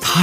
他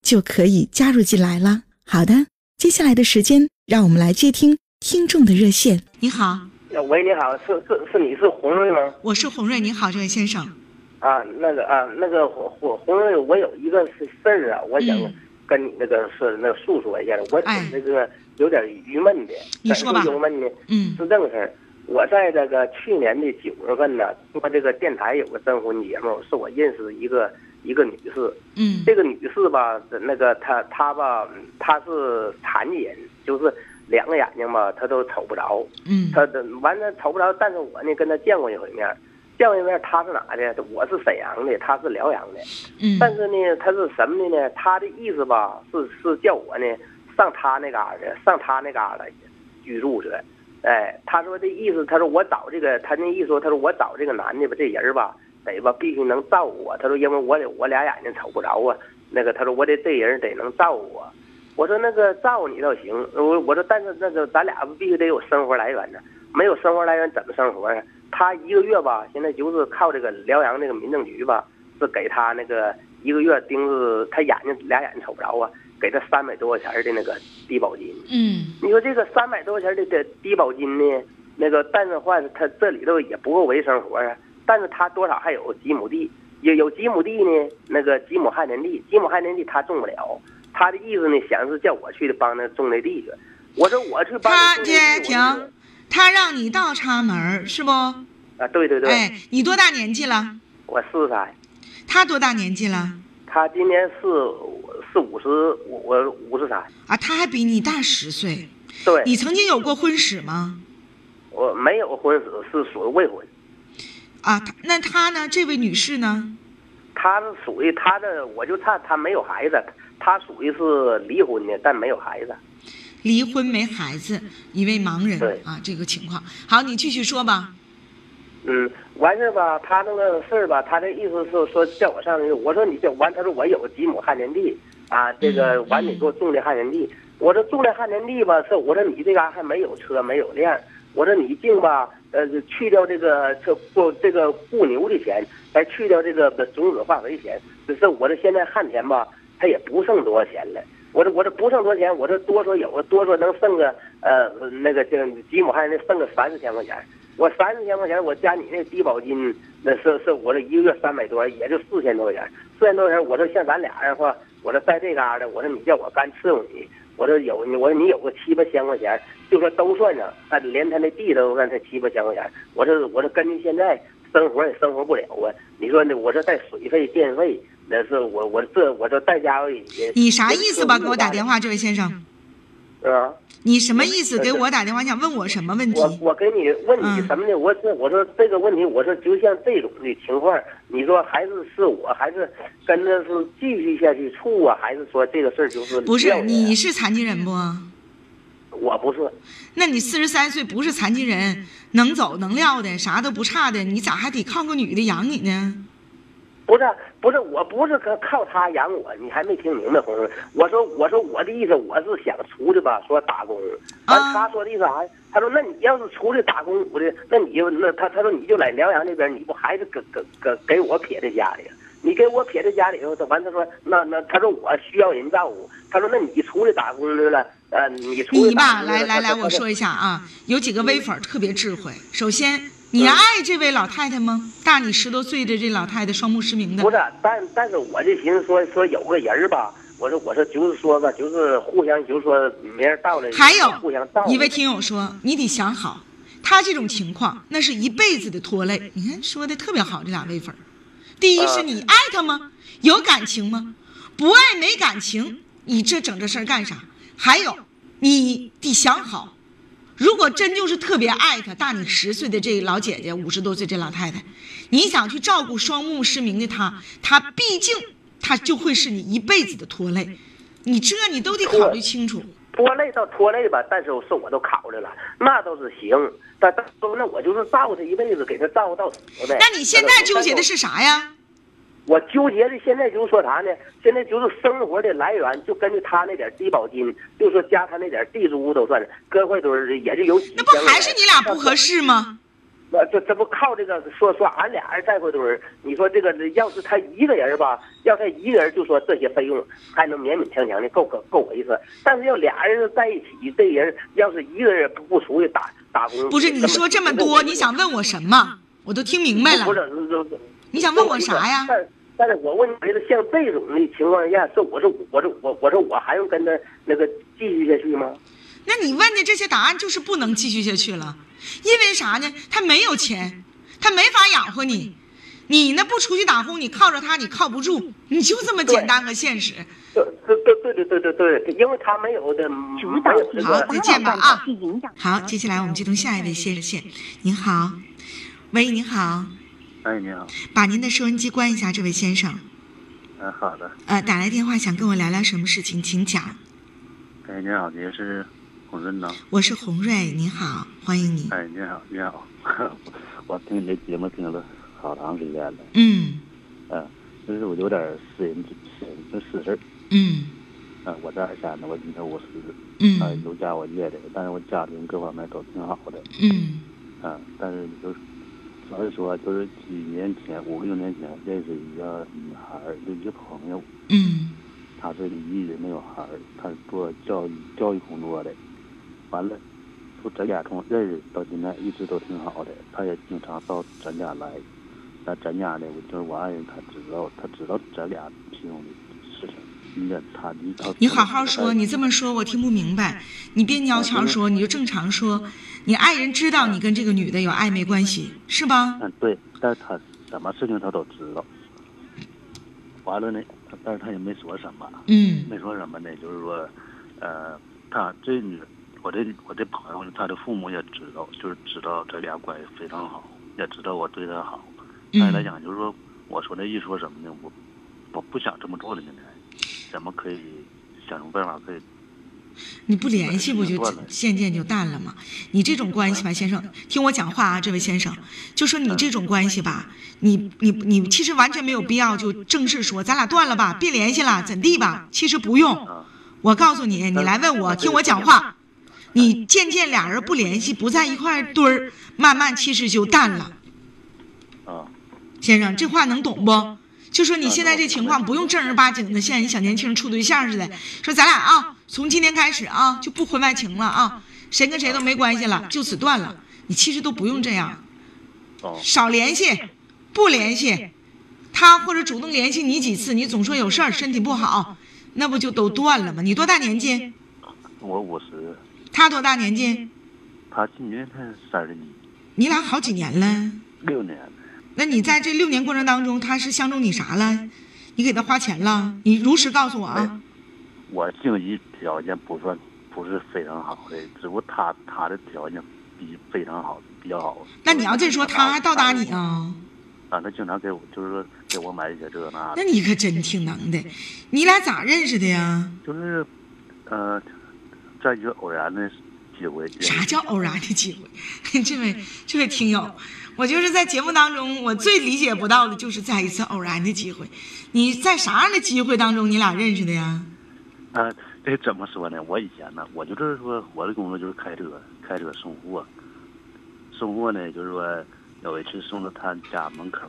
就可以加入进来了。好的，接下来的时间，让我们来接听听众的热线。你好，呃喂，你好，是是是你是洪瑞吗？我是洪瑞，您好，这位先生。啊，那个啊，那个洪洪洪瑞，我有一个是事儿啊，我想嗯跟你那个是那个诉说一下子，我挺哎那个有点郁闷的，你说吧怎么郁闷呢？嗯是这么事儿，我在这个去年的九月份呢，通过这个电台有个征婚节目，是我认识的一个一个女士，嗯这个女士吧，那个她她吧，嗯她是残疾人，就是两个眼睛吧，她都瞅不着。嗯她的完了瞅不着，但是我呢跟她见过一回面，见过一面，她是哪的？我是沈阳的，她是辽阳的。嗯但是呢，她是什么的呢？她的意思吧，是是叫我呢上她那嘎达去，上她那嘎达去居住去。哎，她说这意思，她说我找这个，她那意思说，她说我找这个男的吧，这人儿吧，得吧，必须能照顾我。她说，因为我得我俩眼睛瞅不着啊，那个她说我得这人得能照顾我。我说那个照顾你倒行，我我说但是那个咱俩必须得有生活来源呢，没有生活来源怎么生活呀？他一个月吧，现在就是靠这个辽阳这个民政局吧，是给他那个一个月盯着他眼睛俩眼睛瞅不着啊，给他三百多块钱儿的那个低保金。嗯你说这个三百多块钱的的低保金呢，那个但是话他这里头也不够维生活啊，但是他多少还有几亩地，有有几亩地呢，那个几亩旱田地，几亩旱田地他种不了，他的意思呢，想是叫我去帮他种那地去。我说我去帮他种这那地，我停，他让你倒插门儿是不？就啊，对对对，哎，你多大年纪了？我四十三，他多大年纪了？嗯他今年是是五十，我我五十三，啊，他还比你大十岁。对你曾经有过婚史吗？我没有婚史，是属于未婚。啊，他那他呢？这位女士呢？他是属于他的，我就差他没有孩子，他属于是离婚的，但没有孩子。离婚没孩子，一位盲对人啊，这个情况。好，你继续说吧。嗯，完事儿吧，他那个事儿吧，他这意思是说叫我上去，我说你这完，他说我有几亩旱田地啊，这个完你给我种的旱田地，我说种的旱田地吧，是我说你这嘎还没有车没有辆，我说你净吧，呃，去掉这个这雇这个雇牛的钱，再去掉这个呃种子化肥钱，只是我这现在旱田吧，它也不剩多少钱了。我这我这不剩多少钱，我这多说有个多说能剩个呃那个这几亩旱地剩个三四千块钱，我三四千块钱，我加你那低保金，那是是我这一个月三百多，也就四千多块钱，四千多块钱，我说像咱俩的话，我说在这嘎达，我说你叫我干伺候你，我说有你，我说你有个七八千块钱，就说都算上，啊，连他那地都算才七八千块钱，我说我说根据现在生活也生活不了啊，你说呢？我说带水费电费，那是我我这我这在家也啊你啥意思吧？给我打电话，这位先生，是吧？你什么意思？对给对我打电话，想问我什么问题？我我给你问你嗯什么呢？我是我说这个问题，我说就像这种的情况，你说还是是我还是跟着是继续下去处啊，还是说这个事儿就是不撂下是，呀你是残疾人不？我不是，那你四十三岁不是残疾人，能走能撂的，啥都不差的，你咋还得靠个女的养你呢？不是不是，我不是靠靠他养我，你还没听明白，红红。我说我说我的意思，我是想出去吧，说打工。完啊他说的意思啥呀？他说那你要是出去打工，我的那你就那他他说你就来辽阳这边，你不还是给给给给我撇在家里？啊你给我撇在家里头，完他说那那他说我需要人照顾，他说那你出去打工去了，呃，你出去你打吧，工来来来，我说一一下啊，有几个微粉儿特别智慧。首先，你爱这位老太太吗？大你十多岁的这老太太，双目失明的不。是，但但是我就寻思说说有个人儿吧，我说我说就是说吧，就是互相就是说没人到了，还有互相道。一位听友说，你得想好，他这种情况那是一辈子的拖累。你看说的特别好，这俩位粉儿，第一是呃你爱他吗？有感情吗？不爱没感情，你这整这事儿干啥？还有，你得想好，如果真就是特别爱他，大你十岁的这个老姐姐，五十多岁这老太太，你想去照顾双目失明的她，她毕竟她就会是你一辈子的拖累，你这你都得考虑清楚。拖累倒拖累吧，但是我是我都考虑了，那倒是行。但但那我就是照顾他一辈子，给他照顾到死呗。那你现在纠结的是啥呀？我纠结的现在就是说啥呢？现在就是生活的来源，就根据他那点低保金，就说加他那点地租都算是，搁块堆儿也是有几那不还是你俩不合适吗？那这这不靠这个说说俺俩人在块堆儿，你说这个要是他一个人吧，要他一个人就说这些费用还能勉勉强强的够够够我意思，但是要俩人在一起，这人要是一个人不不出去打打工，不是你说这么多，你想问我什么？我都听明白了。不是，你想问我啥呀？但是我问你，像这种的情况下，是我说我说我我说我还用跟他那个继续下去吗？那你问的这些答案就是不能继续下去了，因为啥呢？他没有钱，他没法养活你，你呢不出去打工，你靠着他你靠不住，你就这么简单和现实。对对对对对对对，因为他没有的。主导这好，个再见吧啊！好，接下来我们接就通下一位谢线。您好，喂，您好，哎，你好，把您的收音机关一下，这位先生。嗯，好的，呃，打来电话想跟我聊聊什么事情，请讲。哎，你好，您是洪振东，我是洪瑞，您好，欢迎你。哎，你好，你好， 我听你的节目听了好长时间了，嗯嗯、就是我有点私人私人就私事儿，嗯嗯、我在二山呢，我今年五十，啊、嗯有家我业的，但是我家庭各方面都挺好的，嗯嗯、但是就是。主要是说，就是几年前，五六年前认识一个女孩儿，就一个朋友，嗯她是离异的那种孩儿，她是做教育教育工作的，完了，就咱俩从认识到现在一直都挺好的，她也经常到咱家来，那咱家呢，我就是我爱人，她知道，她知道咱俩其中的事情，你看她你嗯她你好好哎说，你这么说我听不明白。你别鸟悄说，你就正常说。你爱人知道你跟这个女的有暧昧关系是吧？嗯对，但是她什么事情她都知道，完了呢，她但是她也没说什么，嗯没说什么呢，就是说，呃，他这女，我这我这朋友呢，他的父母也知道，就是知道咱俩关系非常好，也知道我对他好。但是来嗯讲，就是说，我说那一说什么呢？我我不想这么做了，现在，咱们可以想出办法，可以你不联系不就渐渐就淡了吗？你这种关系吧，先生，听我讲话啊，这位先生，就说你这种关系吧，你你你其实完全没有必要就正式说，咱俩断了吧，别联系了，怎地吧？其实不用，啊。我告诉你，你来问我，听我讲话。呃你渐渐俩人不联系，不在一块儿堆儿，慢慢其实就淡了。啊，先生，这话能懂不？就说你现在这情况，不用正儿八经的，像人小年轻处对象似的，说咱俩啊，从今天开始啊，就不婚外情了啊，谁跟谁都没关系了，就此断了。你其实都不用这样，哦，少联系，不联系，他或者主动联系你几次，你总说有事儿，身体不好，那不就都断了吗？你多大嗯年纪？我五十，他多大年纪？他今年才三十一，你俩好几年了？六年了。那你在这六年过程当中，他是相中你啥了？你给他花钱了？你如实告诉我啊。我经济条件不算不是非常好的，只不过他他的条件比非常好，比较好。那你要这么说，他还倒打你啊？啊，他经常给我，就是说给我买一些这个那那的，你可真挺能的。你俩咋认识的呀？就是，呃，在一个偶然的机会，啥叫偶然的机会？ 这位这位听友，我就是在节目当中，我最理解不到的就是在一次偶然的机会。你在啥样的机会当中你俩认识的呀？啊，这怎么说呢？我以前呢，我就是说我的工作就是开车，开车送货，送货呢就是说有一次送到他家门口，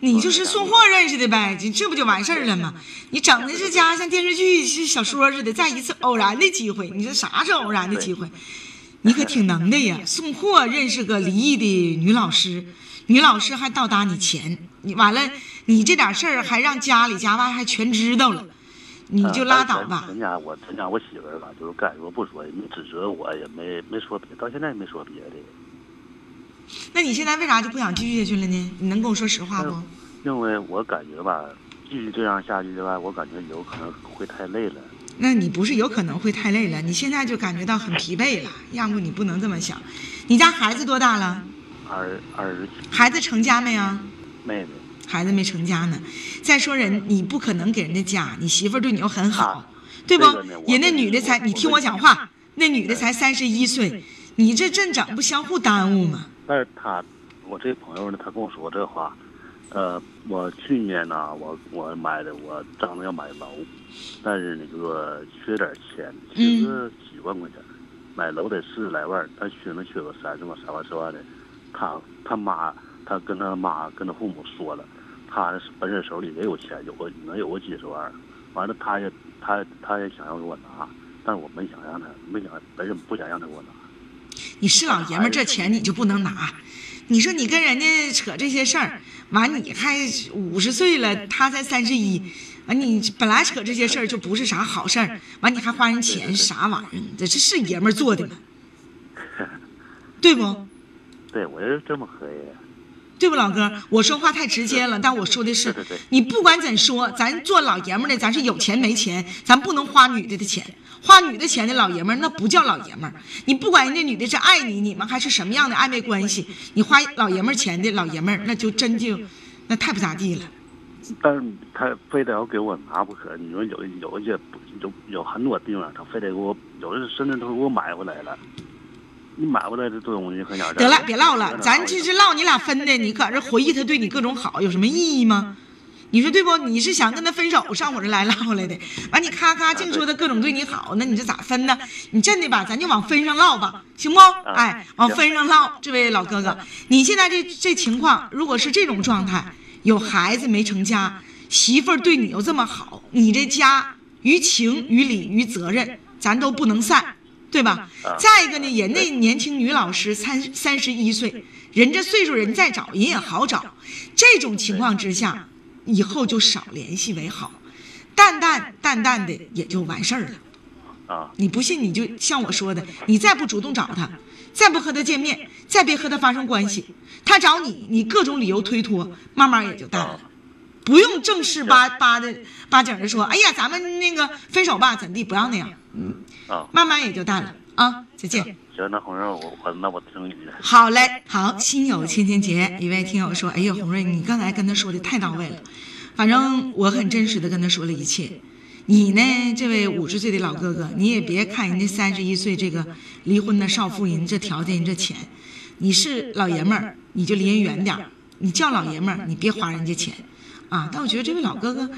你就是送货认识的呗，这这不就完事儿了吗？你整的这家像电视剧、是小说似的，在一次偶然的机会，你说啥是偶然的机会？你可挺能的呀！送货认识个离异的女老师，女老师还倒打你钱，你完了，你这点事儿还让家里家外还全知道了。你啊就咱拉倒咱吧咱。家我咱家我媳妇儿吧，就是该说不说，也没指责我，也没没说别，到现在也没说别的。那你现在为啥就不想继续下去了呢？你能跟我说实话不？嗯因为我感觉吧，继续这样下去的话，我感觉有可能会太累了。那你不是有可能会太累了？你现在就感觉到很疲惫了，要不你不能这么想。你家孩子多大了？二二十七孩子成家没啊？妹妹，孩子没成家呢。再说人，你不可能给人家家，你媳妇儿对你又很好啊，对不这个呢？我人那跟你女的说才，我你听跟我你讲话，那女的才三十一岁，你这阵长不相互耽误吗？但是她，我这朋友呢，他跟我说这话，呃，我去年呢，我我买的，我张罗要买楼，但是呢，就说缺点钱，缺个几万块钱，买楼得四十来万，他缺能缺个三十万、三万、四万的，他他妈，他跟他妈跟他父母说了，他本身手里也有钱，有个能有个几十万，完了他也他他也想要给我拿，但是我没想让他，没想本身不想让他给我拿。你是老爷们儿，这钱你就不能拿。你说你跟人家扯这些事儿，完你还五十岁了，他才三十一，完你本来扯这些事儿就不是啥好事儿，完你还花人钱，啥玩意儿？这这是爷们儿做的吗？对不？对我就是这么合计。对不，老哥？我说话太直接了，但我说的是对对对，你不管怎说，咱做老爷们儿的，咱是有钱没钱，咱不能花女的的钱。花女的钱的老爷们儿，那不叫老爷们儿。你不管人家女的是爱你，你们还是什么样的暧昧关系，你花老爷们儿钱的老爷们儿，那就真就，那太不咋地了。但是他非得要给我拿不可。你说有有一些不有有很多地方，他非得给我，有的甚至都给我买回来了。你买回来的东西，可想得了，别唠了，咱这是唠你俩分的，你搁这回忆他对你各种好，有什么意义吗？你说对不？你是想跟他分手，上我这来拉回来的，完你咔咔净说他各种对你好，那你这咋分呢？你真的吧，咱就往分上唠吧，行不？哎，往分上唠，这位老哥哥，你现在这这情况，如果是这种状态，有孩子没成家，媳妇儿对你又这么好，你这家于情于理于责任，咱都不能散，对吧？啊再一个呢，人那年轻女老师三三十一岁，人这岁数人再找人也好找。这种情况之下，以后就少联系为好，淡淡淡淡的也就完事儿了。啊，你不信你就像我说的，你再不主动找他，再不和他见面，再别和他发生关系，他找你，你各种理由推脱，慢慢也就淡啊了。不用正式八八的八整的说，哎呀，咱们那个分手吧，怎地？不要那样，啊，慢慢也就淡了啊。嗯再见。行，那红肉，我我那我听你的。好嘞，好，心有千千结。一位听友说：“哎呦，红瑞，你刚才跟他说的太到位了，反正我很真实的跟他说了一切。你呢，这位五十岁的老哥哥，你也别看人家三十一岁这个离婚的少妇，人这条件，人这钱，你是老爷们儿，你就离人远点儿。你叫老爷们儿，你别花人家钱啊。但我觉得这位老哥哥。”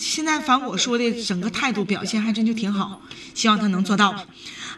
现在反正我说的整个态度表现还真就挺好，希望他能做到吧。